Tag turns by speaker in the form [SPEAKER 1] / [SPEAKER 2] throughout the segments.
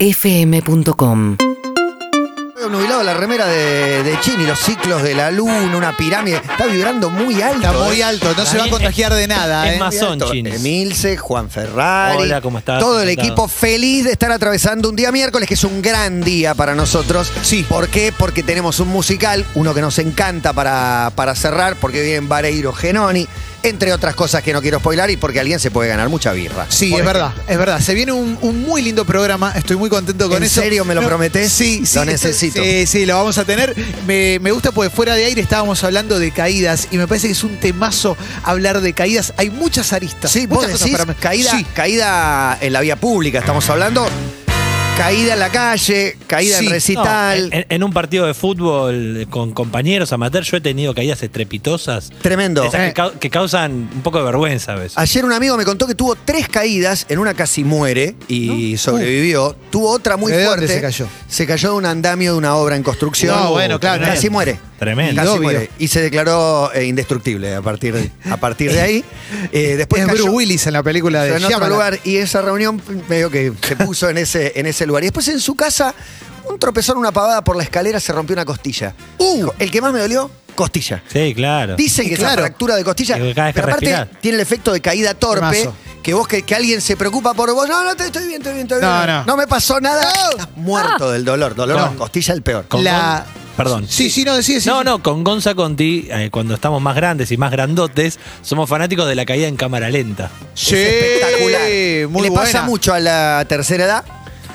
[SPEAKER 1] urbanaplayfm.com
[SPEAKER 2] Nubilado la remera de, de Chini, los ciclos de la luna, una pirámide. Está vibrando muy alto. ¿eh?
[SPEAKER 3] Está muy alto, no se va a contagiarar de nada.
[SPEAKER 4] ¿eh? Es
[SPEAKER 3] ¿eh?
[SPEAKER 4] más- Son
[SPEAKER 2] Alto.
[SPEAKER 4] Chini.
[SPEAKER 2] Emilce, Juan Ferrari.
[SPEAKER 4] Hola, ¿cómo estás?
[SPEAKER 2] Todo el
[SPEAKER 4] Encantado.
[SPEAKER 2] equipo feliz de estar atravesando un día miércoles, que es un gran día para nosotros.
[SPEAKER 3] Sí.
[SPEAKER 2] ¿Por qué? Porque tenemos un musical, uno que nos encanta para, para cerrar, porque vienen Vareiro Genoni, entre otras cosas que no quiero spoilar y porque alguien se puede ganar mucha birra.
[SPEAKER 3] Sí,
[SPEAKER 2] Por
[SPEAKER 3] es
[SPEAKER 2] ejemplo.
[SPEAKER 3] verdad, es verdad. Se viene un, un muy lindo programa, estoy muy contento con
[SPEAKER 2] ¿En
[SPEAKER 3] eso.
[SPEAKER 2] serio me lo prometés?
[SPEAKER 3] Sí, sí.
[SPEAKER 2] Lo necesito.
[SPEAKER 3] Sí, sí, lo vamos a tener. Me, me gusta porque fuera de aire estábamos hablando de caídas y me parece que es un temazo hablar de caídas. Hay muchas aristas.
[SPEAKER 2] Sí, vos
[SPEAKER 3] muchas
[SPEAKER 2] decís
[SPEAKER 3] para-
[SPEAKER 2] caída,
[SPEAKER 3] Sí.
[SPEAKER 2] caída en la vía pública, estamos hablando. Caída en la calle, caída en
[SPEAKER 3] Sí. No,
[SPEAKER 4] No,
[SPEAKER 2] recital.
[SPEAKER 4] en, en un partido de fútbol con compañeros amateurs yo he tenido caídas estrepitosas.
[SPEAKER 2] Tremendo. Eh,
[SPEAKER 4] Esas
[SPEAKER 3] Eh. Ah.
[SPEAKER 4] que, cau- que causan un poco de vergüenza a veces.
[SPEAKER 2] Ayer un amigo me contó que tuvo tres caídas, en una casi muere y sobrevivió. Tuvo otra muy
[SPEAKER 3] Uh. ¿De dónde
[SPEAKER 2] fuerte.
[SPEAKER 3] se cayó?
[SPEAKER 2] Se cayó de un andamio de una obra en construcción.
[SPEAKER 3] No, bueno, claro,
[SPEAKER 2] Casi
[SPEAKER 4] no.
[SPEAKER 2] muere.
[SPEAKER 4] Tremendo.
[SPEAKER 2] Casi
[SPEAKER 3] Obvio.
[SPEAKER 2] muere. Y se declaró eh, indestructible a partir de, a partir de ahí. Eh, después
[SPEAKER 3] es
[SPEAKER 2] cayó-
[SPEAKER 3] Bruce Willis en la película de
[SPEAKER 2] en otro
[SPEAKER 3] Shyamalan.
[SPEAKER 2] lugar y esa reunión medio que se puso en ese, en ese lugar. Y después en su casa, un tropezón, una pavada por la escalera, se rompió una costilla. Dijo, el que más me dolió, costilla.
[SPEAKER 4] Sí, claro.
[SPEAKER 2] Dicen
[SPEAKER 3] Y
[SPEAKER 2] que esa
[SPEAKER 3] Uh. claro.
[SPEAKER 2] fractura de costilla,
[SPEAKER 4] Que cada vez
[SPEAKER 2] pero
[SPEAKER 4] que
[SPEAKER 2] aparte
[SPEAKER 4] respirás.
[SPEAKER 2] tiene el efecto de caída torpe,
[SPEAKER 3] Temazo.
[SPEAKER 2] que vos que, que alguien se preocupa por vos, no, no, te- estoy bien, estoy bien, estoy bien.
[SPEAKER 3] No, no.
[SPEAKER 2] me pasó nada. Estás muerto del dolor, dolor
[SPEAKER 3] No.
[SPEAKER 2] de costilla el peor.
[SPEAKER 4] Con
[SPEAKER 3] La-
[SPEAKER 4] Gon- Perdón.
[SPEAKER 3] Sí, sí, no, decís.
[SPEAKER 4] No, no, con Gonza Conti, eh, cuando estamos más grandes y más grandotes, somos fanáticos de la caída en cámara lenta.
[SPEAKER 3] Sí,
[SPEAKER 2] es espectacular.
[SPEAKER 3] Muy
[SPEAKER 2] Le
[SPEAKER 3] buena.
[SPEAKER 2] pasa mucho a la tercera edad,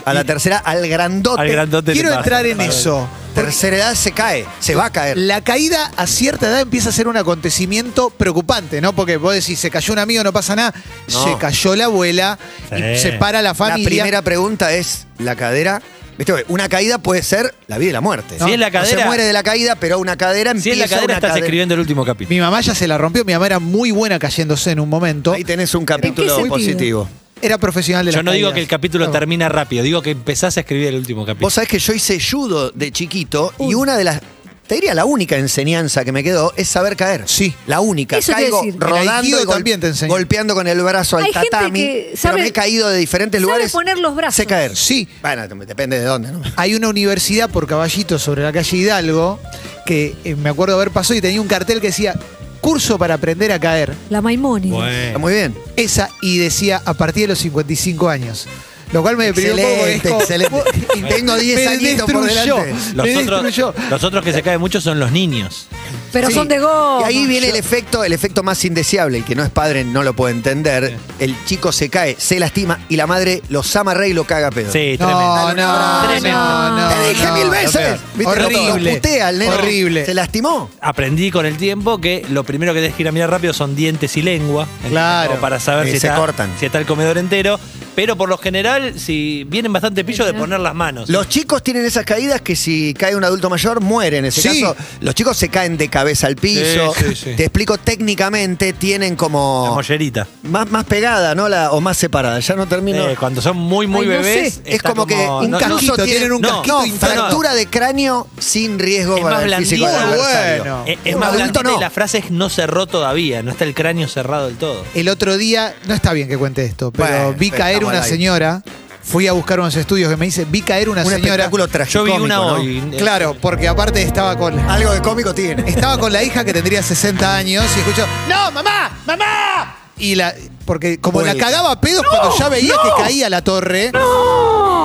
[SPEAKER 2] a la tercera, al grandote.
[SPEAKER 4] Al grandote
[SPEAKER 3] Quiero
[SPEAKER 4] le pasa,
[SPEAKER 3] entrar en
[SPEAKER 4] perdón.
[SPEAKER 3] eso.
[SPEAKER 2] Tercera edad se cae, se va a caer.
[SPEAKER 3] La caída a cierta edad empieza a ser un acontecimiento preocupante, ¿no? Porque vos decís, se cayó un amigo, no pasa nada.
[SPEAKER 2] No.
[SPEAKER 3] Se cayó la abuela,
[SPEAKER 4] Sí.
[SPEAKER 3] y se para la familia.
[SPEAKER 2] La primera pregunta es la cadera. ¿Viste? Una caída puede ser la vida y la muerte.
[SPEAKER 4] Si es la
[SPEAKER 2] No se
[SPEAKER 4] cadera-
[SPEAKER 2] muere de la caída, pero una cadera
[SPEAKER 4] Si
[SPEAKER 2] empieza
[SPEAKER 4] es la cadera,
[SPEAKER 2] una
[SPEAKER 4] estás escribiendo el último capítulo.
[SPEAKER 3] Mi mamá ya se la rompió, mi mamá era muy buena cayéndose en un momento.
[SPEAKER 2] Ahí tenés un
[SPEAKER 5] ¿En qué
[SPEAKER 2] capítulo
[SPEAKER 5] sentido?
[SPEAKER 2] positivo.
[SPEAKER 3] Era profesional de la
[SPEAKER 4] Yo no digo que el capítulo termina rápido, digo que empezás a escribir el último capítulo.
[SPEAKER 2] Vos sabés que yo hice judo de chiquito y una de las. Te diría la única enseñanza que me quedó es saber caer.
[SPEAKER 3] Sí.
[SPEAKER 2] La única.
[SPEAKER 5] Eso te iba
[SPEAKER 2] Caigo
[SPEAKER 5] a decir.
[SPEAKER 3] El
[SPEAKER 2] rodando
[SPEAKER 3] aikido
[SPEAKER 2] y gol-
[SPEAKER 3] también te enseña.
[SPEAKER 2] golpeando con el brazo al
[SPEAKER 5] Hay gente
[SPEAKER 2] tatami.
[SPEAKER 5] que
[SPEAKER 2] pero
[SPEAKER 5] sabe-
[SPEAKER 2] me he caído de diferentes
[SPEAKER 5] sabe
[SPEAKER 2] lugares.
[SPEAKER 5] poner los brazos.
[SPEAKER 2] Sé caer.
[SPEAKER 3] Sí.
[SPEAKER 2] Bueno, depende de dónde,
[SPEAKER 4] Eh.
[SPEAKER 2] ¿no?
[SPEAKER 3] Hay una universidad por caballito sobre la calle Hidalgo que eh, me acuerdo haber pasado y tenía un cartel que decía curso para aprender a caer.
[SPEAKER 5] La Maimónides.
[SPEAKER 2] Está muy bien.
[SPEAKER 3] Esa y decía a partir de los 55 años. Lo cual me deprimió un poco. porque es como-
[SPEAKER 2] Excelente, excelente.
[SPEAKER 3] y
[SPEAKER 2] Tengo 10
[SPEAKER 3] me
[SPEAKER 2] añitos por
[SPEAKER 3] destruyó,
[SPEAKER 2] delante.
[SPEAKER 4] los,
[SPEAKER 3] me destruyó.
[SPEAKER 4] otros, los otros que se caen mucho son los niños.
[SPEAKER 5] Pero
[SPEAKER 2] Sí.
[SPEAKER 5] son de goma.
[SPEAKER 2] Y ahí viene el efecto, el efecto más indeseable, el que no es padre no lo puede entender. El chico se cae, se lastima y la madre lo amarra y lo caga a pedo.
[SPEAKER 4] Sí,
[SPEAKER 3] No, no,
[SPEAKER 4] tremendo.
[SPEAKER 3] no,
[SPEAKER 5] Tremendo.
[SPEAKER 3] no,
[SPEAKER 2] Te dije
[SPEAKER 3] no,
[SPEAKER 2] mil
[SPEAKER 3] no,
[SPEAKER 2] veces.
[SPEAKER 3] no,
[SPEAKER 2] ¿Viste? Lo-
[SPEAKER 3] Horrible.
[SPEAKER 2] Lo putea al nene.
[SPEAKER 3] Horrible.
[SPEAKER 2] Se lastimó.
[SPEAKER 4] Aprendí con el tiempo que lo primero que tenés que ir a mirar rápido son dientes y lengua. ¿entendés?
[SPEAKER 3] Claro.
[SPEAKER 4] Como Para saber
[SPEAKER 2] Y
[SPEAKER 4] si,
[SPEAKER 2] se
[SPEAKER 4] está,
[SPEAKER 2] cortan.
[SPEAKER 4] si está el comedor entero. Pero por lo general, si vienen bastante pillos de poner las manos.
[SPEAKER 2] Los chicos tienen esas caídas que si cae un adulto mayor mueren. En ese
[SPEAKER 3] Sí.
[SPEAKER 2] caso, los chicos se caen de cabeza al piso.
[SPEAKER 4] Sí, sí, sí.
[SPEAKER 2] Te explico técnicamente, tienen
[SPEAKER 4] La
[SPEAKER 2] como
[SPEAKER 4] mollerita.
[SPEAKER 2] más, más pegada, ¿no? La, o más separada. Ya no termino.
[SPEAKER 4] Eh, cuando son muy, muy
[SPEAKER 5] Ay, no
[SPEAKER 4] bebés.
[SPEAKER 5] sé.
[SPEAKER 2] es
[SPEAKER 4] está
[SPEAKER 2] como, que un
[SPEAKER 4] no- no-
[SPEAKER 2] casquito,
[SPEAKER 3] tienen
[SPEAKER 2] tienen
[SPEAKER 3] un
[SPEAKER 4] no,
[SPEAKER 3] casquito
[SPEAKER 2] No,
[SPEAKER 3] infernal.
[SPEAKER 2] fractura de cráneo sin riesgo
[SPEAKER 4] Es
[SPEAKER 2] para
[SPEAKER 4] más
[SPEAKER 2] el físico
[SPEAKER 4] blandito.
[SPEAKER 2] del
[SPEAKER 3] Muy
[SPEAKER 2] adversario.
[SPEAKER 3] bueno.
[SPEAKER 4] Eh, es
[SPEAKER 2] Un
[SPEAKER 4] más
[SPEAKER 2] adulto
[SPEAKER 4] blandita
[SPEAKER 2] no.
[SPEAKER 4] y la frase es no cerró todavía, no está el cráneo cerrado del todo.
[SPEAKER 3] El otro día, no está bien que cuente esto, pero
[SPEAKER 2] Bueno,
[SPEAKER 3] vi
[SPEAKER 2] pero
[SPEAKER 3] caer
[SPEAKER 2] estamos
[SPEAKER 3] una
[SPEAKER 2] al aire.
[SPEAKER 3] señora. Fui a buscar unos estudios que me dicen, vi caer una
[SPEAKER 2] Un
[SPEAKER 3] señora.
[SPEAKER 2] espectáculo
[SPEAKER 4] Yo
[SPEAKER 2] tragicómico,
[SPEAKER 4] vi una
[SPEAKER 2] ¿no?
[SPEAKER 4] hoy. eh,
[SPEAKER 3] Claro, porque aparte estaba con
[SPEAKER 2] Algo de cómico tiene.
[SPEAKER 3] estaba con la hija que tendría 60 años y escuchó, "No, mamá, mamá." Y la porque como la
[SPEAKER 2] Vuelta.
[SPEAKER 3] cagaba a pedos cuando ya veía que caía la torre.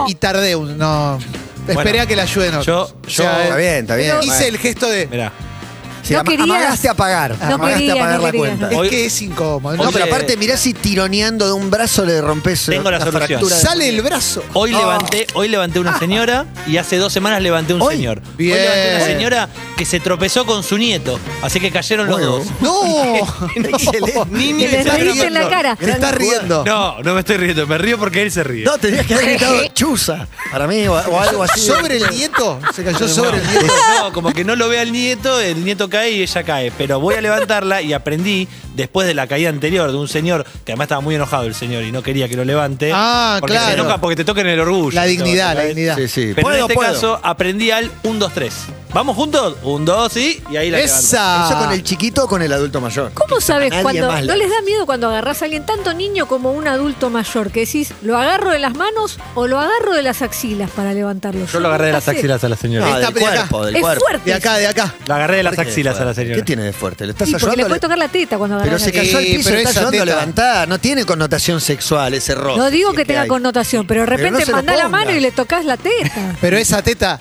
[SPEAKER 3] Y tardé un no. Esperé
[SPEAKER 4] Bueno,
[SPEAKER 3] a que la ayuden. otros.
[SPEAKER 4] yo- yo-
[SPEAKER 2] Está bien, está bien.
[SPEAKER 3] eh, Hice
[SPEAKER 2] Bueno.
[SPEAKER 3] el gesto de
[SPEAKER 4] Mirá.
[SPEAKER 2] Si
[SPEAKER 5] No
[SPEAKER 2] ama-
[SPEAKER 5] querías.
[SPEAKER 2] amagaste a pagar.
[SPEAKER 5] No
[SPEAKER 2] amagaste
[SPEAKER 5] quería,
[SPEAKER 2] a pagar
[SPEAKER 5] no
[SPEAKER 2] la
[SPEAKER 5] quería,
[SPEAKER 2] cuenta.
[SPEAKER 3] es
[SPEAKER 4] Hoy-
[SPEAKER 3] que es incómodo.
[SPEAKER 2] No,
[SPEAKER 3] ¿no?
[SPEAKER 4] Hoy-
[SPEAKER 2] pero
[SPEAKER 4] Oye,
[SPEAKER 2] aparte, mirá si tironeando de un brazo le rompes
[SPEAKER 4] Tengo la
[SPEAKER 2] una
[SPEAKER 4] solución.
[SPEAKER 2] fractura de-
[SPEAKER 3] Sale el brazo.
[SPEAKER 4] Hoy levanté, hoy levanté una señora y hace dos semanas levanté un
[SPEAKER 2] Hoy.
[SPEAKER 4] señor.
[SPEAKER 3] Ah. Bien.
[SPEAKER 4] Hoy levanté una señora que se tropezó con su nieto. Así que cayeron los
[SPEAKER 2] Bueno.
[SPEAKER 4] dos.
[SPEAKER 3] No.
[SPEAKER 2] Excelente.
[SPEAKER 4] Niño
[SPEAKER 5] Que
[SPEAKER 4] y
[SPEAKER 5] te
[SPEAKER 4] se
[SPEAKER 5] reíste en
[SPEAKER 4] riendo.
[SPEAKER 5] la cara.
[SPEAKER 3] Te está riendo.
[SPEAKER 4] No, no me estoy riendo, me río porque él se ríe.
[SPEAKER 2] No, tenías que haber gritado chusa. Para mí, o, o algo así.
[SPEAKER 3] Sobre el nieto. Se cayó
[SPEAKER 4] No,
[SPEAKER 3] sobre el nieto.
[SPEAKER 4] no, como que no lo ve al nieto, el nieto cae y ella cae. Pero voy a levantarla y aprendí, después de la caída anterior de un señor, que además estaba muy enojado el señor y no quería que lo levante.
[SPEAKER 3] Ah,
[SPEAKER 4] porque
[SPEAKER 3] claro.
[SPEAKER 4] se enoja porque te toquen el orgullo.
[SPEAKER 3] La dignidad, la
[SPEAKER 4] ¿sabes?
[SPEAKER 3] dignidad.
[SPEAKER 2] Sí, sí.
[SPEAKER 4] Pero
[SPEAKER 2] Puedo,
[SPEAKER 4] en este
[SPEAKER 2] puedo.
[SPEAKER 4] caso aprendí al 1, 2, 3. ¿Vamos juntos? Un, dos, y, y ahí la levanto.
[SPEAKER 3] ¡Esa!
[SPEAKER 2] ¿Eso con el chiquito o con el adulto mayor?
[SPEAKER 1] ¿Cómo sabes
[SPEAKER 2] Nadie
[SPEAKER 1] cuando.?
[SPEAKER 2] más la-
[SPEAKER 1] ¿No les da miedo cuando agarras a alguien, tanto niño como un adulto mayor, que decís, ¿lo agarro de las manos o lo agarro de las axilas para levantarlo?
[SPEAKER 4] Yo lo agarré de las
[SPEAKER 1] nunca sé.
[SPEAKER 4] axilas a la
[SPEAKER 2] No,
[SPEAKER 4] señora.
[SPEAKER 3] Esta
[SPEAKER 2] del
[SPEAKER 3] de acá.
[SPEAKER 2] cuerpo, del
[SPEAKER 1] Es
[SPEAKER 2] cuerpo.
[SPEAKER 1] fuerte.
[SPEAKER 3] De acá, de acá.
[SPEAKER 4] Lo agarré de
[SPEAKER 2] ¿Por
[SPEAKER 4] las
[SPEAKER 2] qué
[SPEAKER 4] axilas a la
[SPEAKER 2] fuerte?
[SPEAKER 4] señora.
[SPEAKER 2] ¿Qué tiene de fuerte? ¿Le estás
[SPEAKER 1] Sí, porque
[SPEAKER 2] ayudando?
[SPEAKER 1] le puede tocar la teta cuando agarras
[SPEAKER 2] Pero
[SPEAKER 1] a
[SPEAKER 2] se
[SPEAKER 1] alguien.
[SPEAKER 2] cayó al
[SPEAKER 3] Sí,
[SPEAKER 2] piso,
[SPEAKER 3] pero
[SPEAKER 2] está
[SPEAKER 3] esa
[SPEAKER 2] ayudando a
[SPEAKER 3] teta-
[SPEAKER 2] levantar. No tiene connotación sexual ese rock.
[SPEAKER 1] No digo
[SPEAKER 2] Sí,
[SPEAKER 1] que tenga
[SPEAKER 2] hay.
[SPEAKER 1] connotación, pero de
[SPEAKER 2] Pero no
[SPEAKER 1] repente
[SPEAKER 2] se lo
[SPEAKER 1] mandá la
[SPEAKER 2] ponga.
[SPEAKER 1] mano y le tocas la teta.
[SPEAKER 3] Pero esa teta.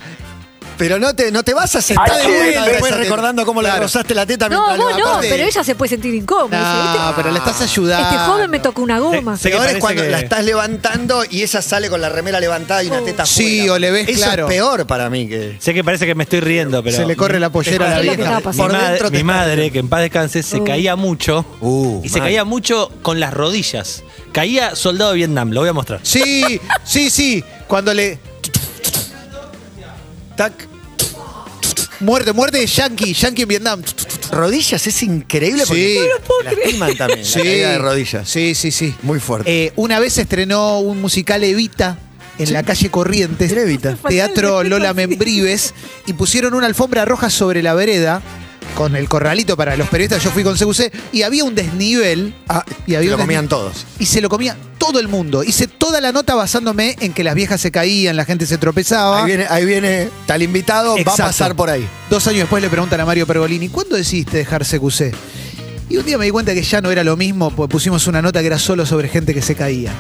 [SPEAKER 2] Pero no te, no te vas a sentar
[SPEAKER 3] Ay,
[SPEAKER 2] de
[SPEAKER 3] sí,
[SPEAKER 2] vuelta
[SPEAKER 3] pero
[SPEAKER 2] después
[SPEAKER 3] esa teta.
[SPEAKER 2] recordando cómo le
[SPEAKER 3] Claro.
[SPEAKER 2] rozaste la teta
[SPEAKER 1] no,
[SPEAKER 2] mientras
[SPEAKER 1] vos no,
[SPEAKER 2] levantaste.
[SPEAKER 3] aparte-
[SPEAKER 1] pero ella se puede sentir incómoda.
[SPEAKER 3] No, pero la estás ayudando.
[SPEAKER 1] este joven me tocó una goma.
[SPEAKER 4] Se- se-
[SPEAKER 2] Peor es
[SPEAKER 4] parece
[SPEAKER 2] cuando
[SPEAKER 4] que-
[SPEAKER 2] la estás levantando y ella sale con la remera levantada y una
[SPEAKER 1] Oh.
[SPEAKER 2] teta
[SPEAKER 3] Sí,
[SPEAKER 2] fuera.
[SPEAKER 3] o le ves
[SPEAKER 2] Eso
[SPEAKER 3] claro.
[SPEAKER 2] es peor para mí que...
[SPEAKER 4] Sé que parece que me estoy riendo, pero.
[SPEAKER 3] Se le corre la pollera a la
[SPEAKER 1] Es lo que
[SPEAKER 3] vieja.
[SPEAKER 1] estaba
[SPEAKER 4] Mi,
[SPEAKER 1] pasando.
[SPEAKER 2] Por
[SPEAKER 4] ma-
[SPEAKER 2] dentro te
[SPEAKER 4] mi
[SPEAKER 2] está-
[SPEAKER 4] madre, que en paz descanse, se
[SPEAKER 1] Uh.
[SPEAKER 4] caía mucho.
[SPEAKER 2] Uh,
[SPEAKER 4] y se
[SPEAKER 2] mal.
[SPEAKER 4] caía mucho con las rodillas. Caía soldado de Vietnam, lo voy a mostrar.
[SPEAKER 3] Sí, sí, sí. Cuando le.
[SPEAKER 2] Tac.
[SPEAKER 3] Muerte, muerte de Yankee, Yankee en Vietnam.
[SPEAKER 2] Rodillas es increíble porque
[SPEAKER 3] Sí. No lo
[SPEAKER 2] te lastiman también. La caída de rodillas.
[SPEAKER 3] Sí, sí, sí.
[SPEAKER 2] Muy fuerte.
[SPEAKER 3] Eh, una vez se estrenó un musical Evita en la calle Corrientes.
[SPEAKER 2] Era Evita.
[SPEAKER 3] Teatro Lola Membrives. Y pusieron una alfombra roja sobre la vereda con el corralito para los periodistas. Yo fui con CUC y había un desnivel.
[SPEAKER 2] Ah,
[SPEAKER 3] y
[SPEAKER 2] se
[SPEAKER 3] había
[SPEAKER 2] lo
[SPEAKER 3] un desni-
[SPEAKER 2] comían todos.
[SPEAKER 3] Y se lo comía todo el mundo. Hice toda la nota basándome en que las viejas se caían, la gente se tropezaba.
[SPEAKER 2] Ahí viene, ahí viene tal invitado, va
[SPEAKER 3] Exacto.
[SPEAKER 2] a pasar por ahí.
[SPEAKER 3] Dos años después le preguntan a Mario Pergolini, ¿cuándo decidiste dejar CQC? Y un día me di cuenta que ya no era lo mismo, porque pusimos una nota que era solo sobre gente que se caía.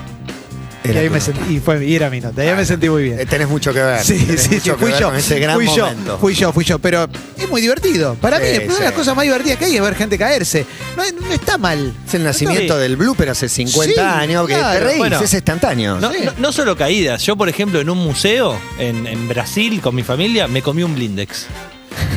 [SPEAKER 3] Y
[SPEAKER 2] Era
[SPEAKER 3] ahí
[SPEAKER 2] tu-
[SPEAKER 3] me sentí, y fue- y era mi nota, y ahí me sentí muy
[SPEAKER 2] Eh,
[SPEAKER 3] bien.
[SPEAKER 2] Tenés mucho que ver.
[SPEAKER 3] Sí,
[SPEAKER 2] tenés
[SPEAKER 3] sí, sí,
[SPEAKER 2] mucho que
[SPEAKER 3] fui
[SPEAKER 2] ver
[SPEAKER 3] yo.
[SPEAKER 2] con ese gran
[SPEAKER 3] fui
[SPEAKER 2] momento.
[SPEAKER 3] yo, fui yo, fui yo. Pero es muy divertido. Para
[SPEAKER 2] Sí,
[SPEAKER 3] mí, una
[SPEAKER 2] sí.
[SPEAKER 3] de las cosas más divertidas que hay es ver gente caerse. No, es- no está mal.
[SPEAKER 2] Es el nacimiento
[SPEAKER 4] Sí.
[SPEAKER 2] del blooper hace 50
[SPEAKER 3] Sí,
[SPEAKER 2] años, que
[SPEAKER 3] claro,
[SPEAKER 2] te reís,
[SPEAKER 4] bueno.
[SPEAKER 2] es instantáneo.
[SPEAKER 4] No,
[SPEAKER 3] Sí.
[SPEAKER 4] no- no solo caídas. Yo, por ejemplo, en un museo en, en Brasil con mi familia me comí un blindex.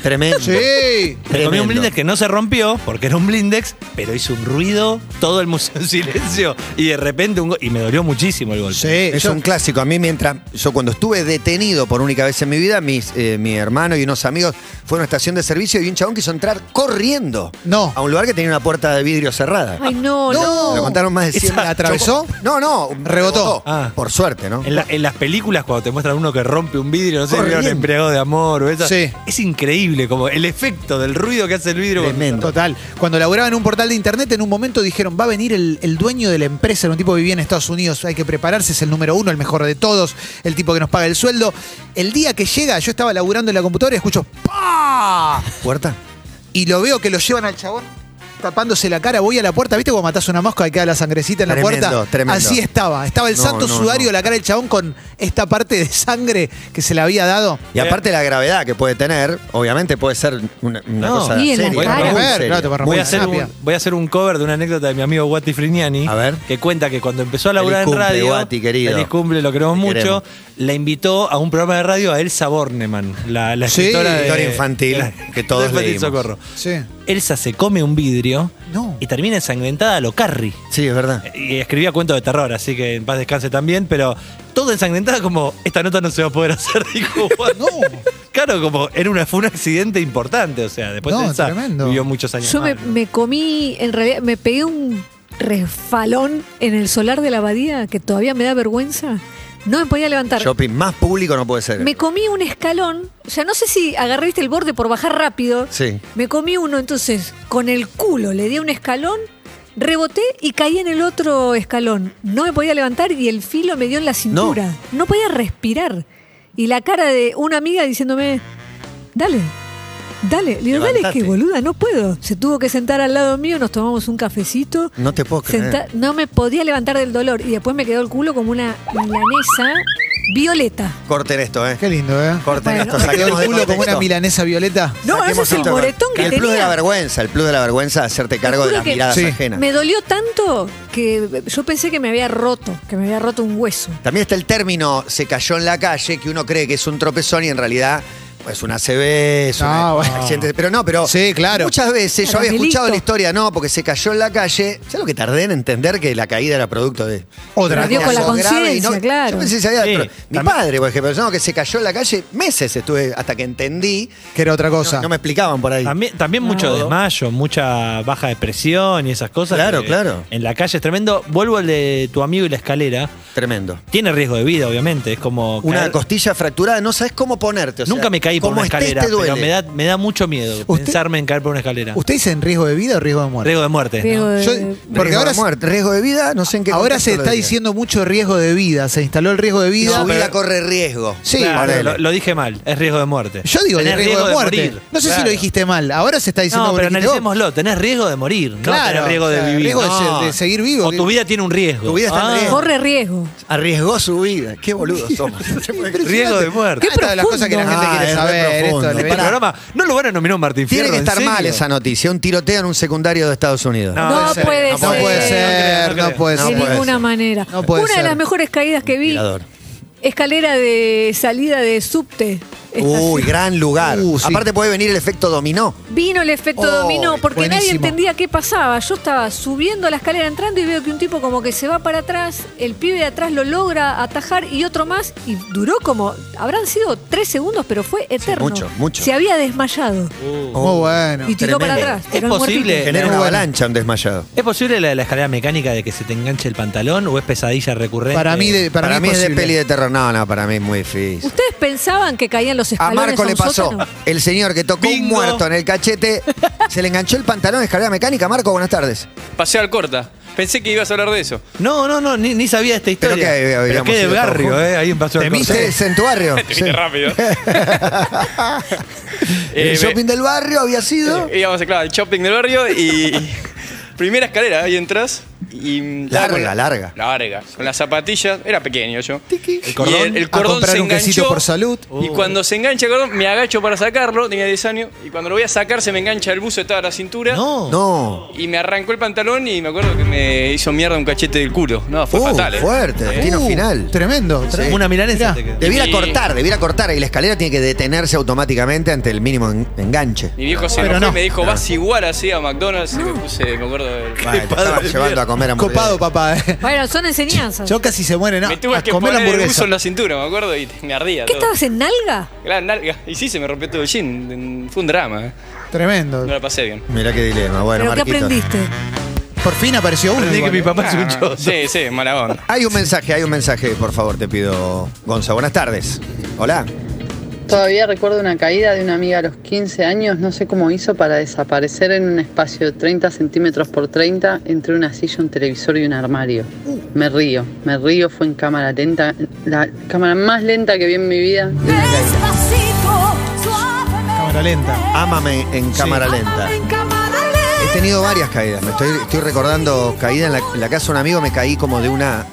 [SPEAKER 2] Tremendo.
[SPEAKER 3] Sí.
[SPEAKER 4] Me comí
[SPEAKER 2] Tremendo.
[SPEAKER 4] un blindex que no se rompió porque era un blindex, pero hizo un ruido, todo el museo en silencio y de repente un go- y me dolió muchísimo el golpe.
[SPEAKER 3] Sí,
[SPEAKER 2] Es
[SPEAKER 3] Eh, yo-
[SPEAKER 2] un clásico. A mí, mientras yo cuando estuve detenido por única vez en mi vida, mis, eh, mi hermano y unos amigos fueron a una estación de servicio y un chabón quiso entrar corriendo
[SPEAKER 3] No.
[SPEAKER 2] a un lugar que tenía una puerta de vidrio cerrada.
[SPEAKER 1] Ay, no,
[SPEAKER 3] No.
[SPEAKER 1] no.
[SPEAKER 2] Me lo contaron más de
[SPEAKER 3] ¿Esa
[SPEAKER 2] 100
[SPEAKER 3] la atravesó?
[SPEAKER 2] No, no,
[SPEAKER 3] Rebotó.
[SPEAKER 4] Ah.
[SPEAKER 2] Por suerte, ¿no?
[SPEAKER 4] En, la- en las películas, cuando te muestran uno que rompe un vidrio, no sé,
[SPEAKER 2] Corriendo.
[SPEAKER 4] vieron empleado de amor o eso.
[SPEAKER 3] Sí.
[SPEAKER 4] Es increíble como el efecto del ruido que hace el vidrio. cuando-
[SPEAKER 2] Tremendo.
[SPEAKER 3] Total. Cuando laburaba en un portal de internet, en un momento dijeron, va a venir el, el dueño de la empresa, era un tipo que vivía en Estados Unidos, hay que prepararse, es el número uno, el mejor de todos, el tipo que nos paga el sueldo. El día que llega, yo estaba laburando en la computadora y escucho ¡pa!
[SPEAKER 2] ¿Puerta?
[SPEAKER 3] Y lo veo que lo llevan al chabón tapándose la cara, voy a la puerta, ¿viste cuando matás una mosca y queda la sangrecita en la
[SPEAKER 2] Tremendo,
[SPEAKER 3] puerta?
[SPEAKER 2] tremendo.
[SPEAKER 3] Así estaba, estaba el
[SPEAKER 2] No,
[SPEAKER 3] santo
[SPEAKER 2] no,
[SPEAKER 3] sudario,
[SPEAKER 2] no.
[SPEAKER 3] la cara del chabón con esta parte de sangre que se le había dado.
[SPEAKER 2] Y aparte la gravedad que puede tener, obviamente puede ser una, una
[SPEAKER 4] No.
[SPEAKER 2] cosa
[SPEAKER 1] Y en la
[SPEAKER 2] seria.
[SPEAKER 1] cara.
[SPEAKER 2] muy
[SPEAKER 1] Bueno,
[SPEAKER 3] a ver,
[SPEAKER 2] seria.
[SPEAKER 3] claro, te va
[SPEAKER 4] Voy
[SPEAKER 3] Ramón,
[SPEAKER 4] a, hacer
[SPEAKER 3] rápida.
[SPEAKER 4] un, voy a hacer un cover de una anécdota de mi amigo Guati Frignani.
[SPEAKER 2] A ver.
[SPEAKER 4] Que cuenta que cuando empezó a laburar
[SPEAKER 2] Feliz
[SPEAKER 4] en
[SPEAKER 2] cumple,
[SPEAKER 4] radio.
[SPEAKER 2] Guati, querido.
[SPEAKER 4] Feliz cumple, lo queremos
[SPEAKER 2] Te
[SPEAKER 4] mucho.
[SPEAKER 2] queremos.
[SPEAKER 4] La invitó a un programa de radio a Elsa Borneman, la, la
[SPEAKER 3] Sí,
[SPEAKER 4] escritora de-
[SPEAKER 2] historia infantil
[SPEAKER 4] de-
[SPEAKER 2] que todos
[SPEAKER 4] de Petit
[SPEAKER 2] leímos.
[SPEAKER 4] Socorro.
[SPEAKER 3] Sí.
[SPEAKER 4] Elsa se come un vidrio
[SPEAKER 3] No.
[SPEAKER 4] y termina ensangrentada a lo Carrie.
[SPEAKER 2] Sí, es verdad.
[SPEAKER 4] Y escribía cuentos de terror, así que en paz descanse también, pero todo ensangrentado como esta nota no se va a poder hacer, dijo Juan.
[SPEAKER 3] No.
[SPEAKER 4] Claro, como era una, fue un accidente importante, o sea, después
[SPEAKER 3] No,
[SPEAKER 4] Elsa
[SPEAKER 3] tremendo.
[SPEAKER 4] vivió muchos años.
[SPEAKER 1] Yo me,
[SPEAKER 4] más, ¿no?
[SPEAKER 1] me comí, en realidad, me pegué un resfalón en el solar de la abadía que todavía me da vergüenza. No me podía levantar.
[SPEAKER 2] Shopping más público no puede ser.
[SPEAKER 1] Me comí un escalón, o sea, no sé si agarré viste, el borde por bajar rápido.
[SPEAKER 2] Sí.
[SPEAKER 1] Me comí uno, entonces, con el culo le di un escalón, reboté y caí en el otro escalón. No me podía levantar y el filo me dio en la cintura. No, podía respirar. Y la cara de una amiga diciéndome, dale. Dale, le digo, dale
[SPEAKER 2] Levantate.
[SPEAKER 1] que boluda, no puedo. Se tuvo que sentar al lado mío, nos tomamos un cafecito.
[SPEAKER 2] No te puedo creer.
[SPEAKER 1] Senta- no me podía levantar del dolor y después me quedó el culo como una milanesa violeta.
[SPEAKER 2] Corten esto, ¿eh?
[SPEAKER 3] Qué lindo, ¿eh?
[SPEAKER 2] Corten
[SPEAKER 1] Bueno.
[SPEAKER 2] esto,
[SPEAKER 3] Me quedó
[SPEAKER 2] saquemos
[SPEAKER 3] el
[SPEAKER 2] de
[SPEAKER 3] culo como una
[SPEAKER 2] contexto.
[SPEAKER 3] milanesa violeta.
[SPEAKER 1] No, ese
[SPEAKER 2] Saquemos
[SPEAKER 1] es el
[SPEAKER 2] esto.
[SPEAKER 1] moretón que
[SPEAKER 2] el
[SPEAKER 1] tenía.
[SPEAKER 2] plus de la vergüenza, el plus de la vergüenza hacerte cargo de
[SPEAKER 1] juro
[SPEAKER 2] las
[SPEAKER 1] que-
[SPEAKER 2] miradas
[SPEAKER 3] Sí.
[SPEAKER 2] ajenas.
[SPEAKER 1] Me dolió tanto que yo pensé que me había roto, que me había roto un hueso.
[SPEAKER 2] También está el término se cayó en la calle, que uno cree que es un tropezón y en realidad es una CB, es una-
[SPEAKER 3] No, bueno.
[SPEAKER 2] accidente- Pero no, pero
[SPEAKER 3] Sí, claro.
[SPEAKER 2] muchas veces yo
[SPEAKER 1] Claro,
[SPEAKER 2] había
[SPEAKER 1] delito.
[SPEAKER 2] escuchado la historia, no, porque se cayó en la calle. ¿Sabes lo que tardé en entender que la caída era producto de
[SPEAKER 3] Otra
[SPEAKER 1] Pero dio con la
[SPEAKER 2] algo grave
[SPEAKER 1] conciencia,
[SPEAKER 2] y no-
[SPEAKER 1] claro.
[SPEAKER 2] Yo pensé que se había-
[SPEAKER 4] Sí,
[SPEAKER 2] pero mi
[SPEAKER 4] también-
[SPEAKER 2] padre, por ejemplo, no, que se cayó en la calle meses estuve hasta que entendí.
[SPEAKER 3] Que era otra cosa.
[SPEAKER 2] No, no me explicaban por ahí.
[SPEAKER 4] También, también mucho desmayo, mucha baja depresión y esas cosas.
[SPEAKER 2] Claro,
[SPEAKER 4] que
[SPEAKER 2] claro.
[SPEAKER 4] En la calle es tremendo. Vuelvo al de tu amigo y la escalera.
[SPEAKER 2] Tremendo.
[SPEAKER 4] Tiene riesgo de vida, obviamente. Es como.
[SPEAKER 2] Una
[SPEAKER 4] caer-
[SPEAKER 2] costilla fracturada, no sabes cómo ponerte. o sea,
[SPEAKER 4] Nunca me caí caí por
[SPEAKER 2] Como
[SPEAKER 4] una
[SPEAKER 2] estés, te
[SPEAKER 4] escalera, pero
[SPEAKER 2] duele.
[SPEAKER 4] me da, me da mucho miedo
[SPEAKER 3] ¿Usted-
[SPEAKER 4] pensarme en caer por una escalera.
[SPEAKER 3] ¿Usted dice en riesgo de vida o riesgo de muerte?
[SPEAKER 4] Riesgo de muerte.
[SPEAKER 1] Riesgo
[SPEAKER 4] ¿no?
[SPEAKER 1] de-
[SPEAKER 3] Yo- porque
[SPEAKER 2] riesgo
[SPEAKER 3] ahora,
[SPEAKER 2] de muerte, riesgo de vida, no sé en qué.
[SPEAKER 3] ahora
[SPEAKER 2] contexto
[SPEAKER 3] se
[SPEAKER 2] lo
[SPEAKER 3] está
[SPEAKER 2] diría.
[SPEAKER 3] diciendo mucho riesgo de vida. Se instaló el riesgo de vida.
[SPEAKER 2] Su
[SPEAKER 4] No,
[SPEAKER 2] vida
[SPEAKER 4] pero-
[SPEAKER 2] corre riesgo.
[SPEAKER 3] Sí,
[SPEAKER 4] Claro,
[SPEAKER 2] ponele.
[SPEAKER 4] lo, lo dije mal, es riesgo de muerte.
[SPEAKER 3] Yo digo de
[SPEAKER 4] Tenés
[SPEAKER 3] riesgo, de muerte.
[SPEAKER 4] morir.
[SPEAKER 3] no sé si
[SPEAKER 4] Claro.
[SPEAKER 3] lo dijiste mal. Ahora se está diciendo
[SPEAKER 4] No,
[SPEAKER 3] como
[SPEAKER 4] pero
[SPEAKER 3] lo dijiste vos.
[SPEAKER 4] analicémoslo, tenés riesgo de morir,
[SPEAKER 3] Claro,
[SPEAKER 4] no tenés riesgo
[SPEAKER 3] claro,
[SPEAKER 4] de vivir.
[SPEAKER 3] riesgo de
[SPEAKER 4] No.
[SPEAKER 3] se- de seguir vivo.
[SPEAKER 4] O tu vida tiene un riesgo.
[SPEAKER 2] Tu vida está en
[SPEAKER 4] Ah.
[SPEAKER 2] riesgo.
[SPEAKER 1] Corre riesgo.
[SPEAKER 2] Arriesgó su vida. Qué boludos somos. Se puede creer.
[SPEAKER 4] Riesgo de muerte.
[SPEAKER 3] Esta es de las cosas que la gente
[SPEAKER 2] Ah,
[SPEAKER 3] quiere
[SPEAKER 2] es re
[SPEAKER 3] saber.
[SPEAKER 2] profundo.
[SPEAKER 3] esto, le-
[SPEAKER 4] Este
[SPEAKER 2] pará.
[SPEAKER 4] programa no lo van a nominar Martín
[SPEAKER 2] Tiene
[SPEAKER 4] Fierro,
[SPEAKER 2] que
[SPEAKER 4] ¿en
[SPEAKER 2] estar mal
[SPEAKER 4] serio?
[SPEAKER 2] esa noticia. Un tiroteo en un secundario de Estados Unidos.
[SPEAKER 4] No,
[SPEAKER 1] No,
[SPEAKER 4] puede
[SPEAKER 1] puede
[SPEAKER 4] ser.
[SPEAKER 1] ser.
[SPEAKER 3] No puede
[SPEAKER 4] No
[SPEAKER 3] ser,
[SPEAKER 4] creo, no
[SPEAKER 2] creo. No
[SPEAKER 3] no puede
[SPEAKER 1] de
[SPEAKER 2] puede
[SPEAKER 3] ser.
[SPEAKER 1] ninguna
[SPEAKER 2] ser.
[SPEAKER 1] manera.
[SPEAKER 3] No puede
[SPEAKER 1] Una
[SPEAKER 3] ser.
[SPEAKER 1] de las mejores caídas que vi.
[SPEAKER 2] Tirador.
[SPEAKER 1] Escalera de salida de subte.
[SPEAKER 2] Uy,
[SPEAKER 1] Estación.
[SPEAKER 2] gran lugar.
[SPEAKER 3] Uh, sí.
[SPEAKER 2] Aparte puede venir el efecto dominó.
[SPEAKER 1] Vino el efecto
[SPEAKER 2] Oh,
[SPEAKER 1] dominó porque nadie
[SPEAKER 3] buenísimo.
[SPEAKER 1] entendía qué pasaba. Yo estaba subiendo la escalera entrando y veo que un tipo como que se va para atrás, el pibe de atrás lo logra atajar y otro más y duró como, habrán sido tres segundos, pero fue eterno.
[SPEAKER 2] mucho, mucho.
[SPEAKER 1] Se había desmayado
[SPEAKER 3] Muy bueno.
[SPEAKER 1] y tiró para atrás.
[SPEAKER 4] ¿Es
[SPEAKER 1] pero
[SPEAKER 4] posible?
[SPEAKER 1] muertito.
[SPEAKER 2] Genera
[SPEAKER 4] Muy
[SPEAKER 2] una
[SPEAKER 4] bueno.
[SPEAKER 2] avalancha un desmayado.
[SPEAKER 4] ¿Es posible la, la escalera mecánica de que se te enganche el pantalón o es pesadilla recurrente?
[SPEAKER 3] Para mí, de-
[SPEAKER 2] Para, mí, es de
[SPEAKER 3] posible.
[SPEAKER 2] peli de terror. No, no, para mí es muy difícil.
[SPEAKER 1] ¿Ustedes pensaban que caían los
[SPEAKER 2] A
[SPEAKER 1] escalones
[SPEAKER 2] Marco
[SPEAKER 1] a un
[SPEAKER 2] le pasó.
[SPEAKER 1] sótano?
[SPEAKER 2] El señor que tocó un
[SPEAKER 4] Bingo.
[SPEAKER 2] muerto en el cachete, se le enganchó el pantalón de escalera mecánica. Marco, buenas tardes.
[SPEAKER 5] Pasé al corta. Pensé que ibas a hablar de eso.
[SPEAKER 4] No, no, no, ni, ni sabía esta
[SPEAKER 2] Pero
[SPEAKER 4] historia.
[SPEAKER 2] que, eh, habíamos
[SPEAKER 4] qué de
[SPEAKER 2] ido todos
[SPEAKER 4] barrio,
[SPEAKER 2] juntos.
[SPEAKER 4] ¿eh? Ahí en Paso del
[SPEAKER 2] Sí,
[SPEAKER 4] Corte.
[SPEAKER 2] es en tu barrio.
[SPEAKER 5] Te
[SPEAKER 2] Sí.
[SPEAKER 5] viste rápido.
[SPEAKER 2] El
[SPEAKER 5] Eh,
[SPEAKER 2] shopping del barrio había sido.
[SPEAKER 5] me- íbamos, claro, al shopping del barrio y. primera escalera, ahí entras y.
[SPEAKER 2] Larga,
[SPEAKER 5] con la-
[SPEAKER 2] larga.
[SPEAKER 5] Larga. Con las zapatillas. Era pequeño yo.
[SPEAKER 4] ¿El cordón?
[SPEAKER 5] Y el, el
[SPEAKER 3] A
[SPEAKER 5] cordón
[SPEAKER 3] comprar
[SPEAKER 5] se
[SPEAKER 3] un quesito
[SPEAKER 5] enganchó.
[SPEAKER 3] por salud.
[SPEAKER 5] Y
[SPEAKER 2] Uh.
[SPEAKER 5] cuando se engancha el cordón, me agacho para sacarlo, tenía 10 años, y cuando lo voy a sacar se me engancha el buzo, estaba a la cintura.
[SPEAKER 4] No.
[SPEAKER 2] Uh. No.
[SPEAKER 5] Y me arrancó el pantalón y me acuerdo que me hizo mierda un cachete del culo. No, fue
[SPEAKER 2] Uh,
[SPEAKER 5] fatal. eh.
[SPEAKER 2] fuerte, destino
[SPEAKER 3] Uh,
[SPEAKER 2] final.
[SPEAKER 3] Tremendo.
[SPEAKER 4] Como
[SPEAKER 3] tre-
[SPEAKER 4] Una milanesa.
[SPEAKER 3] Mirá.
[SPEAKER 4] te quedó.
[SPEAKER 2] Debiera
[SPEAKER 5] Y-
[SPEAKER 2] cortar, debiera cortar. Y la escalera tiene que detenerse automáticamente ante el mínimo en- enganche.
[SPEAKER 5] Mi viejo se
[SPEAKER 3] Pero
[SPEAKER 5] enojó
[SPEAKER 3] no.
[SPEAKER 5] y me dijo, vas igual así a McDonald's. Y me puse, me acuerdo, el-
[SPEAKER 2] Bueno, te estaban llevando a comer hamburguesas.
[SPEAKER 3] Copado, papá. eh.
[SPEAKER 1] Bueno, son enseñanzas.
[SPEAKER 3] Yo casi se muere, ¿no?
[SPEAKER 5] me tuve
[SPEAKER 3] A
[SPEAKER 5] que
[SPEAKER 3] comer
[SPEAKER 5] poner el buzo
[SPEAKER 3] hamburguesa.
[SPEAKER 5] en la cintura, me acuerdo, y me ardía
[SPEAKER 1] ¿Qué
[SPEAKER 5] todo.
[SPEAKER 1] estabas en nalga?
[SPEAKER 5] La nalga. Y sí, se me rompió todo el jean. Fue un drama. eh.
[SPEAKER 3] Tremendo.
[SPEAKER 5] No la pasé bien.
[SPEAKER 2] Mirá qué dilema. Bueno,
[SPEAKER 1] ¿Pero qué
[SPEAKER 2] Marquito.
[SPEAKER 1] aprendiste?
[SPEAKER 3] Por fin apareció uno.
[SPEAKER 4] Aprendí que
[SPEAKER 3] igual,
[SPEAKER 4] mi
[SPEAKER 3] eh.
[SPEAKER 4] papá es un
[SPEAKER 5] Ah,
[SPEAKER 4] choto.
[SPEAKER 5] Sí, sí, mala onda.
[SPEAKER 2] Hay un mensaje, hay un mensaje, por favor, te pido, Gonza. Buenas tardes. Hola.
[SPEAKER 6] Todavía recuerdo una caída de una amiga a los 15 años, no sé cómo hizo para desaparecer en un espacio de 30 centímetros por 30 entre una silla, un televisor y un armario. Me río, me río, fue en cámara lenta, la cámara más lenta que vi en mi vida. de una caída.
[SPEAKER 3] Cámara lenta.
[SPEAKER 2] Ámame en cámara lenta. He tenido varias caídas. Me estoy, estoy recordando caída en la, en la casa de un amigo. Me caí como de una.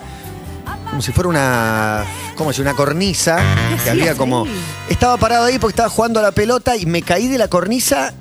[SPEAKER 2] Como si fuera una. Como si una cornisa. Que
[SPEAKER 1] hacías
[SPEAKER 2] había como.
[SPEAKER 1] ahí?
[SPEAKER 2] Estaba parado ahí porque estaba jugando a la pelota y me caí de la cornisa.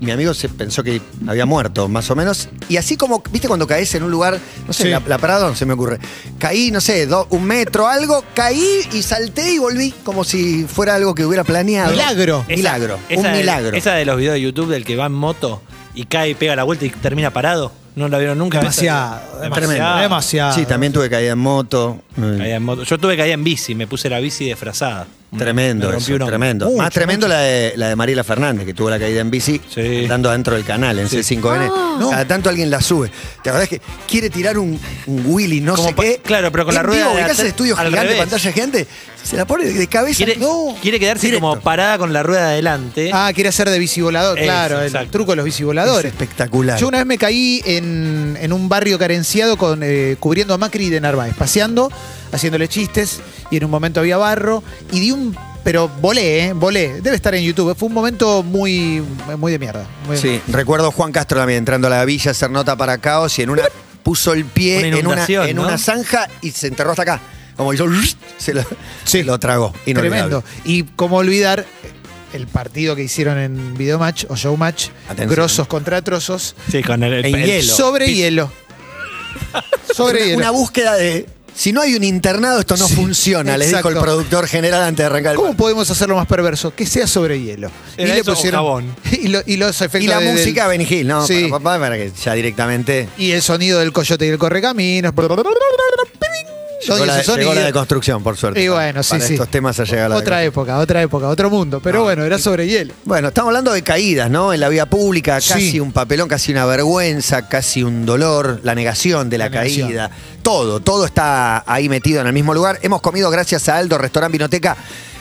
[SPEAKER 2] Mi amigo se pensó que había muerto, más o menos. Y así como, viste, cuando caes en un lugar, no sé,
[SPEAKER 3] Sí.
[SPEAKER 2] la, la parada no se me ocurre. Caí, no sé, do- un metro, algo, caí y salté y volví como si fuera algo que hubiera planeado.
[SPEAKER 3] Milagro.
[SPEAKER 4] Esa-
[SPEAKER 2] milagro.
[SPEAKER 4] esa
[SPEAKER 2] un
[SPEAKER 4] de-
[SPEAKER 2] milagro.
[SPEAKER 4] esa de los videos de YouTube del que va en moto y cae, pega la vuelta y termina parado. ¿No la vieron nunca?
[SPEAKER 3] Demasiado.
[SPEAKER 4] Esa-
[SPEAKER 3] Demasiado. Demasiado.
[SPEAKER 2] Sí, también tuve caída en moto. Mm.
[SPEAKER 4] Caía en moto. Yo tuve caída en bici, me puse la bici disfrazada.
[SPEAKER 2] Tremendo,
[SPEAKER 4] Me rompí
[SPEAKER 2] eso,
[SPEAKER 4] un hombro.
[SPEAKER 2] tremendo.
[SPEAKER 3] Mucho,
[SPEAKER 2] Más tremendo la de, la de Mariela Fernández, que tuvo la caída en bici,
[SPEAKER 4] Sí.
[SPEAKER 2] andando adentro del canal, en C5N.
[SPEAKER 3] No.
[SPEAKER 2] Cada tanto alguien la sube. La verdad es que quiere tirar un, un Willy, no
[SPEAKER 4] Como
[SPEAKER 2] sé
[SPEAKER 4] pa-
[SPEAKER 2] qué.
[SPEAKER 4] claro, pero con la
[SPEAKER 2] En
[SPEAKER 4] rueda
[SPEAKER 2] vivo,
[SPEAKER 4] de
[SPEAKER 2] ubicás
[SPEAKER 4] atrás-
[SPEAKER 2] el estudio
[SPEAKER 4] al
[SPEAKER 2] gigante,
[SPEAKER 4] revés.
[SPEAKER 2] pantalla gigante, se la pone de cabeza.
[SPEAKER 4] Quiere,
[SPEAKER 2] no.
[SPEAKER 4] quiere quedarse
[SPEAKER 2] Directo.
[SPEAKER 4] como parada con la rueda de adelante.
[SPEAKER 3] Ah, quiere hacer de bicivolador,
[SPEAKER 4] Eso,
[SPEAKER 3] claro, el
[SPEAKER 4] exacto.
[SPEAKER 3] truco de los
[SPEAKER 2] Es
[SPEAKER 3] bicivoladores.
[SPEAKER 2] espectacular.
[SPEAKER 3] Yo una vez me caí en, en un barrio carenciado con, eh, cubriendo a Macri de Narváez, paseando, haciéndole chistes, y en un momento había barro, y di un... Pero volé, ¿eh? Volé. Debe estar en YouTube. eh. Fue un momento muy, muy de mierda. muy-
[SPEAKER 2] Sí, recuerdo Juan Castro también entrando a la villa a hacer nota para caos y en una puso el pie
[SPEAKER 4] Una
[SPEAKER 2] en, una,
[SPEAKER 4] inundación,
[SPEAKER 2] en
[SPEAKER 4] ¿no?
[SPEAKER 2] una zanja y se enterró hasta acá. Como hizo, se lo,
[SPEAKER 3] Sí.
[SPEAKER 2] lo tragó. Inolvidable.
[SPEAKER 3] Tremendo. Y como olvidar eh, el partido que hicieron en Videomatch o Showmatch,
[SPEAKER 2] Atención.
[SPEAKER 3] grosos contra trozos,
[SPEAKER 4] Sí, con el, el-
[SPEAKER 2] En
[SPEAKER 4] el-
[SPEAKER 2] hielo.
[SPEAKER 3] sobre
[SPEAKER 4] Pi-
[SPEAKER 3] hielo. Sobre hielo.
[SPEAKER 2] Una búsqueda de. Si no hay un internado, esto no
[SPEAKER 3] Sí,
[SPEAKER 2] funciona, les dijo
[SPEAKER 3] exacto.
[SPEAKER 2] el productor general antes de arrancar el
[SPEAKER 3] ¿Cómo
[SPEAKER 2] partido.
[SPEAKER 3] podemos hacerlo más perverso? Que sea sobre hielo.
[SPEAKER 4] Era eso o jabón.
[SPEAKER 3] Y, lo- y los efectos
[SPEAKER 2] Y la
[SPEAKER 3] de- del-
[SPEAKER 2] música Benny Hill, ¿no?
[SPEAKER 3] Sí.
[SPEAKER 2] Para, papá, para que ya directamente.
[SPEAKER 3] Y el sonido del coyote y el correcaminos. Todo
[SPEAKER 2] Llegó
[SPEAKER 3] ese
[SPEAKER 2] la,
[SPEAKER 3] sonido.
[SPEAKER 2] llegó la de construcción, por suerte.
[SPEAKER 3] Y bueno, sí,
[SPEAKER 2] Para
[SPEAKER 3] sí.
[SPEAKER 2] estos temas ha llegado la de
[SPEAKER 3] Otra
[SPEAKER 2] construcción.
[SPEAKER 3] época, otra época, otro mundo. Pero bueno, era sobre hielo.
[SPEAKER 2] Bueno, estamos hablando de caídas, ¿no? En la vía pública,
[SPEAKER 3] Sí.
[SPEAKER 2] casi un papelón, casi una vergüenza, casi un dolor, la negación de la,
[SPEAKER 3] La negación.
[SPEAKER 2] caída. Todo, todo está ahí metido en el mismo lugar. Hemos comido gracias a Aldo, Restaurante Vinoteca.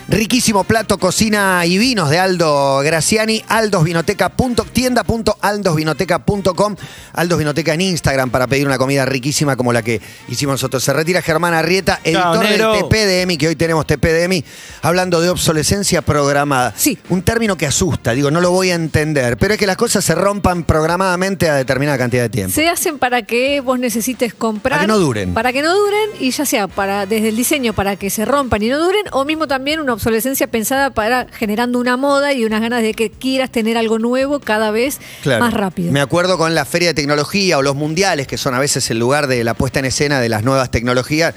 [SPEAKER 2] Riquísimo plato, cocina y vinos de Aldo Graciani, aldosvinoteca.com, tienda.aldosvinoteca.com, Aldos Vinoteca en Instagram para pedir una comida riquísima como la que hicimos nosotros. Se retira Germán Arrieta,
[SPEAKER 4] Chao,
[SPEAKER 2] editor
[SPEAKER 4] negro.
[SPEAKER 2] del TPDMI, que hoy tenemos TPDMI, hablando de obsolescencia programada.
[SPEAKER 1] Sí.
[SPEAKER 2] Un término que asusta, digo, no lo voy a entender, pero es que las cosas se rompan programadamente a determinada cantidad de tiempo.
[SPEAKER 1] Se hacen para que vos necesites comprar.
[SPEAKER 2] Para que no duren.
[SPEAKER 1] Para que no duren, y ya sea para desde el diseño para que se rompan y no duren, o mismo también una obsolescencia pensada para generando una moda y unas ganas de que quieras tener algo nuevo cada vez
[SPEAKER 2] Claro.
[SPEAKER 1] más rápido.
[SPEAKER 2] Me acuerdo con la feria de tecnología o los mundiales, que son a veces el lugar de la puesta en escena de las nuevas tecnologías.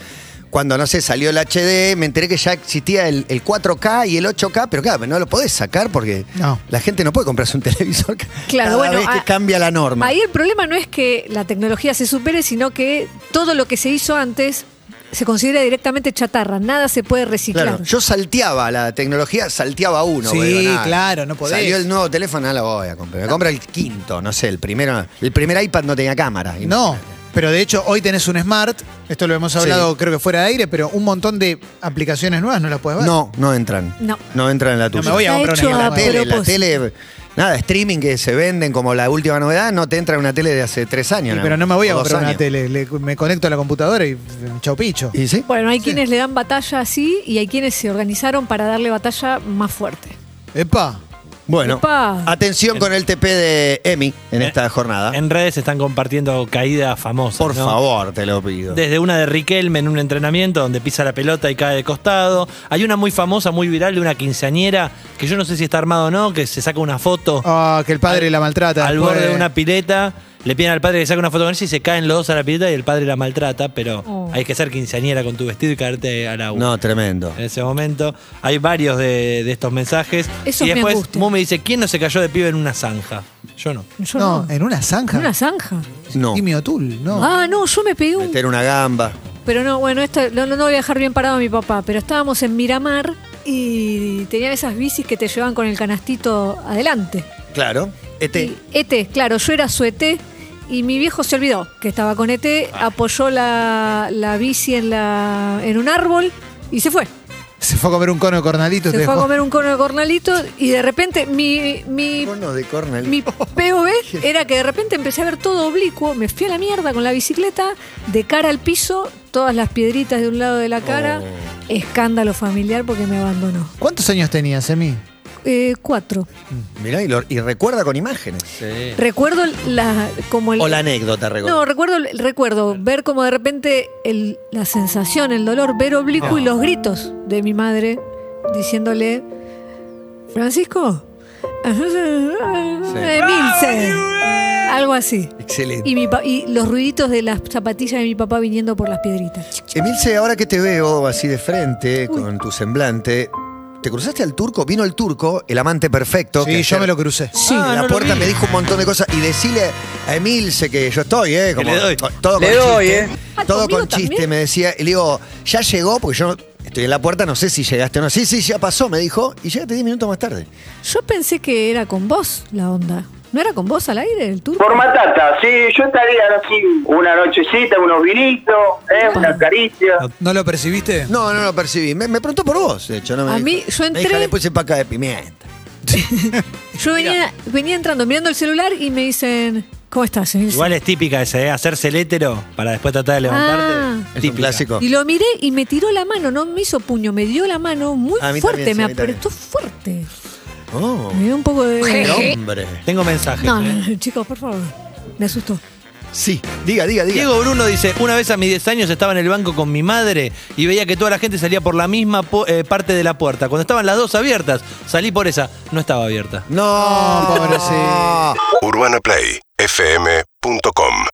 [SPEAKER 2] Cuando, no sé, salió el HD, me enteré que ya existía el, el 4K y el 8K, pero claro, no lo podés sacar porque
[SPEAKER 3] No.
[SPEAKER 2] la gente no puede comprarse un televisor ca-
[SPEAKER 1] Claro,
[SPEAKER 2] cada
[SPEAKER 1] bueno,
[SPEAKER 2] vez que
[SPEAKER 1] a-
[SPEAKER 2] cambia la norma.
[SPEAKER 1] Ahí el problema no es que la tecnología se supere, sino que todo lo que se hizo antes se considera directamente chatarra, nada se puede reciclar.
[SPEAKER 2] Claro, yo salteaba la tecnología, salteaba uno.
[SPEAKER 3] Sí,
[SPEAKER 2] pero nada.
[SPEAKER 3] claro, no podés.
[SPEAKER 2] Salió el nuevo teléfono, no lo voy a comprar. Me compro el quinto, no sé, el primero. El primer iPad no tenía cámara.
[SPEAKER 3] No, pero de hecho hoy tenés un Smart, esto lo hemos hablado
[SPEAKER 2] Sí.
[SPEAKER 3] creo que fuera de aire, pero un montón de aplicaciones nuevas no las puedes ver.
[SPEAKER 2] No, no entran.
[SPEAKER 1] No.
[SPEAKER 2] No entran en la
[SPEAKER 3] me
[SPEAKER 2] tuya.
[SPEAKER 3] voy a
[SPEAKER 1] Está
[SPEAKER 3] comprar
[SPEAKER 1] hecho
[SPEAKER 3] una
[SPEAKER 1] a
[SPEAKER 2] la tele, la
[SPEAKER 1] propósito.
[SPEAKER 2] tele, nada, streaming que se venden como la última novedad, no te entra en una tele de hace tres años.
[SPEAKER 3] Sí, pero no me voy a
[SPEAKER 2] o dos
[SPEAKER 3] comprar una
[SPEAKER 2] años.
[SPEAKER 3] tele, le- me conecto a la computadora y chau picho.
[SPEAKER 2] ¿Y sí?
[SPEAKER 1] Bueno, hay quienes le dan batalla así y hay quienes se organizaron para darle batalla más fuerte.
[SPEAKER 3] Epa,
[SPEAKER 2] Bueno,
[SPEAKER 1] Epa.
[SPEAKER 2] atención con el TP de Emi en esta jornada.
[SPEAKER 4] Eh, En redes están compartiendo caídas famosas.
[SPEAKER 2] Ah. Por
[SPEAKER 4] ¿no?
[SPEAKER 2] favor, te lo pido.
[SPEAKER 4] Desde una de Riquelme en un entrenamiento donde pisa la pelota y cae de costado. Hay una muy famosa, muy viral de una quinceañera que yo no sé si está armada o no, que se saca una foto
[SPEAKER 3] Ah, que el padre la maltrata.
[SPEAKER 4] al
[SPEAKER 3] después.
[SPEAKER 4] borde de una pileta. Le piden al padre que saque una foto con ella y se caen los dos a la pileta y el padre la maltrata, pero
[SPEAKER 1] Oh.
[SPEAKER 4] hay que ser quinceañera con tu vestido y caerte al agua.
[SPEAKER 2] No, tremendo.
[SPEAKER 4] En ese momento hay varios de, de estos mensajes.
[SPEAKER 1] Esos
[SPEAKER 4] y
[SPEAKER 1] me
[SPEAKER 4] después
[SPEAKER 1] gustan.
[SPEAKER 4] Mumi dice, ¿quién no se cayó de pibe en una zanja? Yo no.
[SPEAKER 1] Yo no.
[SPEAKER 3] No, en una zanja.
[SPEAKER 1] En una zanja.
[SPEAKER 2] No. Este-
[SPEAKER 3] Jimmy O'Toole, no.
[SPEAKER 1] Ah, no, yo me pegué un
[SPEAKER 2] Meter una gamba.
[SPEAKER 1] Pero no, bueno, esto no, no- no voy a dejar bien parado a mi papá, pero estábamos en Miramar y tenían esas bicis que te llevaban con el canastito adelante.
[SPEAKER 2] Claro. Este,
[SPEAKER 1] Y ET, claro, yo era su ET y mi viejo se olvidó que estaba con ET, apoyó la, la bici en, la, en un árbol y se fue.
[SPEAKER 3] Se fue a comer un cono de cornalito.
[SPEAKER 1] Se fue a comer un cono de cornalito y de repente mi, mi
[SPEAKER 2] cono de cornel.
[SPEAKER 1] mi POV era que de repente empecé a ver todo oblicuo, me fui a la mierda con la bicicleta, de cara al piso, todas las piedritas de un lado de la cara,
[SPEAKER 2] Oh.
[SPEAKER 1] escándalo familiar porque me abandonó.
[SPEAKER 3] ¿Cuántos años tenías, Emi?
[SPEAKER 1] Eh, cuatro.
[SPEAKER 2] Oh, Mirá, y, lo- y recuerda con imágenes.
[SPEAKER 1] Recuerdo la, como el...
[SPEAKER 2] Eh. O la anécdota, recuerda.
[SPEAKER 1] no, recuerdo, el- recuerdo ver como de repente el- la sensación, el dolor, ver oblicuo
[SPEAKER 2] Ah.
[SPEAKER 1] y los gritos de mi madre diciéndole, Francisco, Emilce, algo así.
[SPEAKER 2] Excelente.
[SPEAKER 1] Y, mi pa- y los ruiditos de las zapatillas de mi papá viniendo por las piedritas.
[SPEAKER 2] Emilce, ahora que te veo así de frente, con tu semblante, ¿te cruzaste al turco? Vino el turco, el amante perfecto.
[SPEAKER 3] Sí,
[SPEAKER 2] que
[SPEAKER 3] yo
[SPEAKER 2] ayer
[SPEAKER 3] me lo crucé.
[SPEAKER 1] Sí. Ah,
[SPEAKER 2] en la puerta me dijo un montón de cosas. Y decirle a Emilce que yo estoy, ¿eh?
[SPEAKER 4] le doy.
[SPEAKER 2] Todo
[SPEAKER 5] Le
[SPEAKER 2] con
[SPEAKER 5] doy,
[SPEAKER 2] chiste.
[SPEAKER 5] ¿eh?
[SPEAKER 1] Ah,
[SPEAKER 2] Todo
[SPEAKER 1] ¿conmigo
[SPEAKER 2] con chiste,
[SPEAKER 1] también?
[SPEAKER 2] me decía. Y le digo, ya llegó, porque yo estoy en la puerta, no sé si llegaste o no. Sí, sí, ya pasó, me dijo. Y llegaste 10 minutos más tarde.
[SPEAKER 1] Yo pensé que era con vos la onda. ¿No era con vos al aire el turno?
[SPEAKER 7] Por Matata, sí, yo estaría así una nochecita, unos vinitos, ¿eh? una caricia.
[SPEAKER 3] ¿No lo percibiste?
[SPEAKER 2] No, no lo percibí. Me, me preguntó por vos, de hecho. No me
[SPEAKER 1] A
[SPEAKER 2] dijo.
[SPEAKER 1] mí, yo
[SPEAKER 2] Me dijo,
[SPEAKER 1] entré-
[SPEAKER 2] le puse paca de pimienta.
[SPEAKER 1] Yo venía, venía entrando, mirando el celular y me dicen, ¿cómo estás, Emilce?
[SPEAKER 4] Igual es típica esa, ¿eh? hacerse el hétero para después tratar de levantarte.
[SPEAKER 1] Ah.
[SPEAKER 2] Es un
[SPEAKER 4] Típica.
[SPEAKER 2] clásico.
[SPEAKER 1] Y lo miré y me tiró la mano, no me hizo puño, me dio la mano muy
[SPEAKER 2] A mí
[SPEAKER 1] fuerte,
[SPEAKER 2] también, sí, a
[SPEAKER 1] me
[SPEAKER 2] mí también.
[SPEAKER 1] apretó fuerte.
[SPEAKER 2] Oh,
[SPEAKER 1] Me dio un poco
[SPEAKER 2] el
[SPEAKER 1] de...
[SPEAKER 2] hombre.
[SPEAKER 4] Tengo mensajes.
[SPEAKER 1] No,
[SPEAKER 4] ¿eh?
[SPEAKER 1] no, no, chicos, por favor. Me asustó.
[SPEAKER 2] Sí, diga, diga, diga.
[SPEAKER 4] Diego Bruno dice, una vez a mis 10 años estaba en el banco con mi madre y veía que toda la gente salía por la misma po- eh, parte de la puerta. Cuando estaban las dos abiertas, salí por esa. No estaba abierta.
[SPEAKER 2] No,
[SPEAKER 3] pobrecito.
[SPEAKER 8] UrbanaPlayFM.com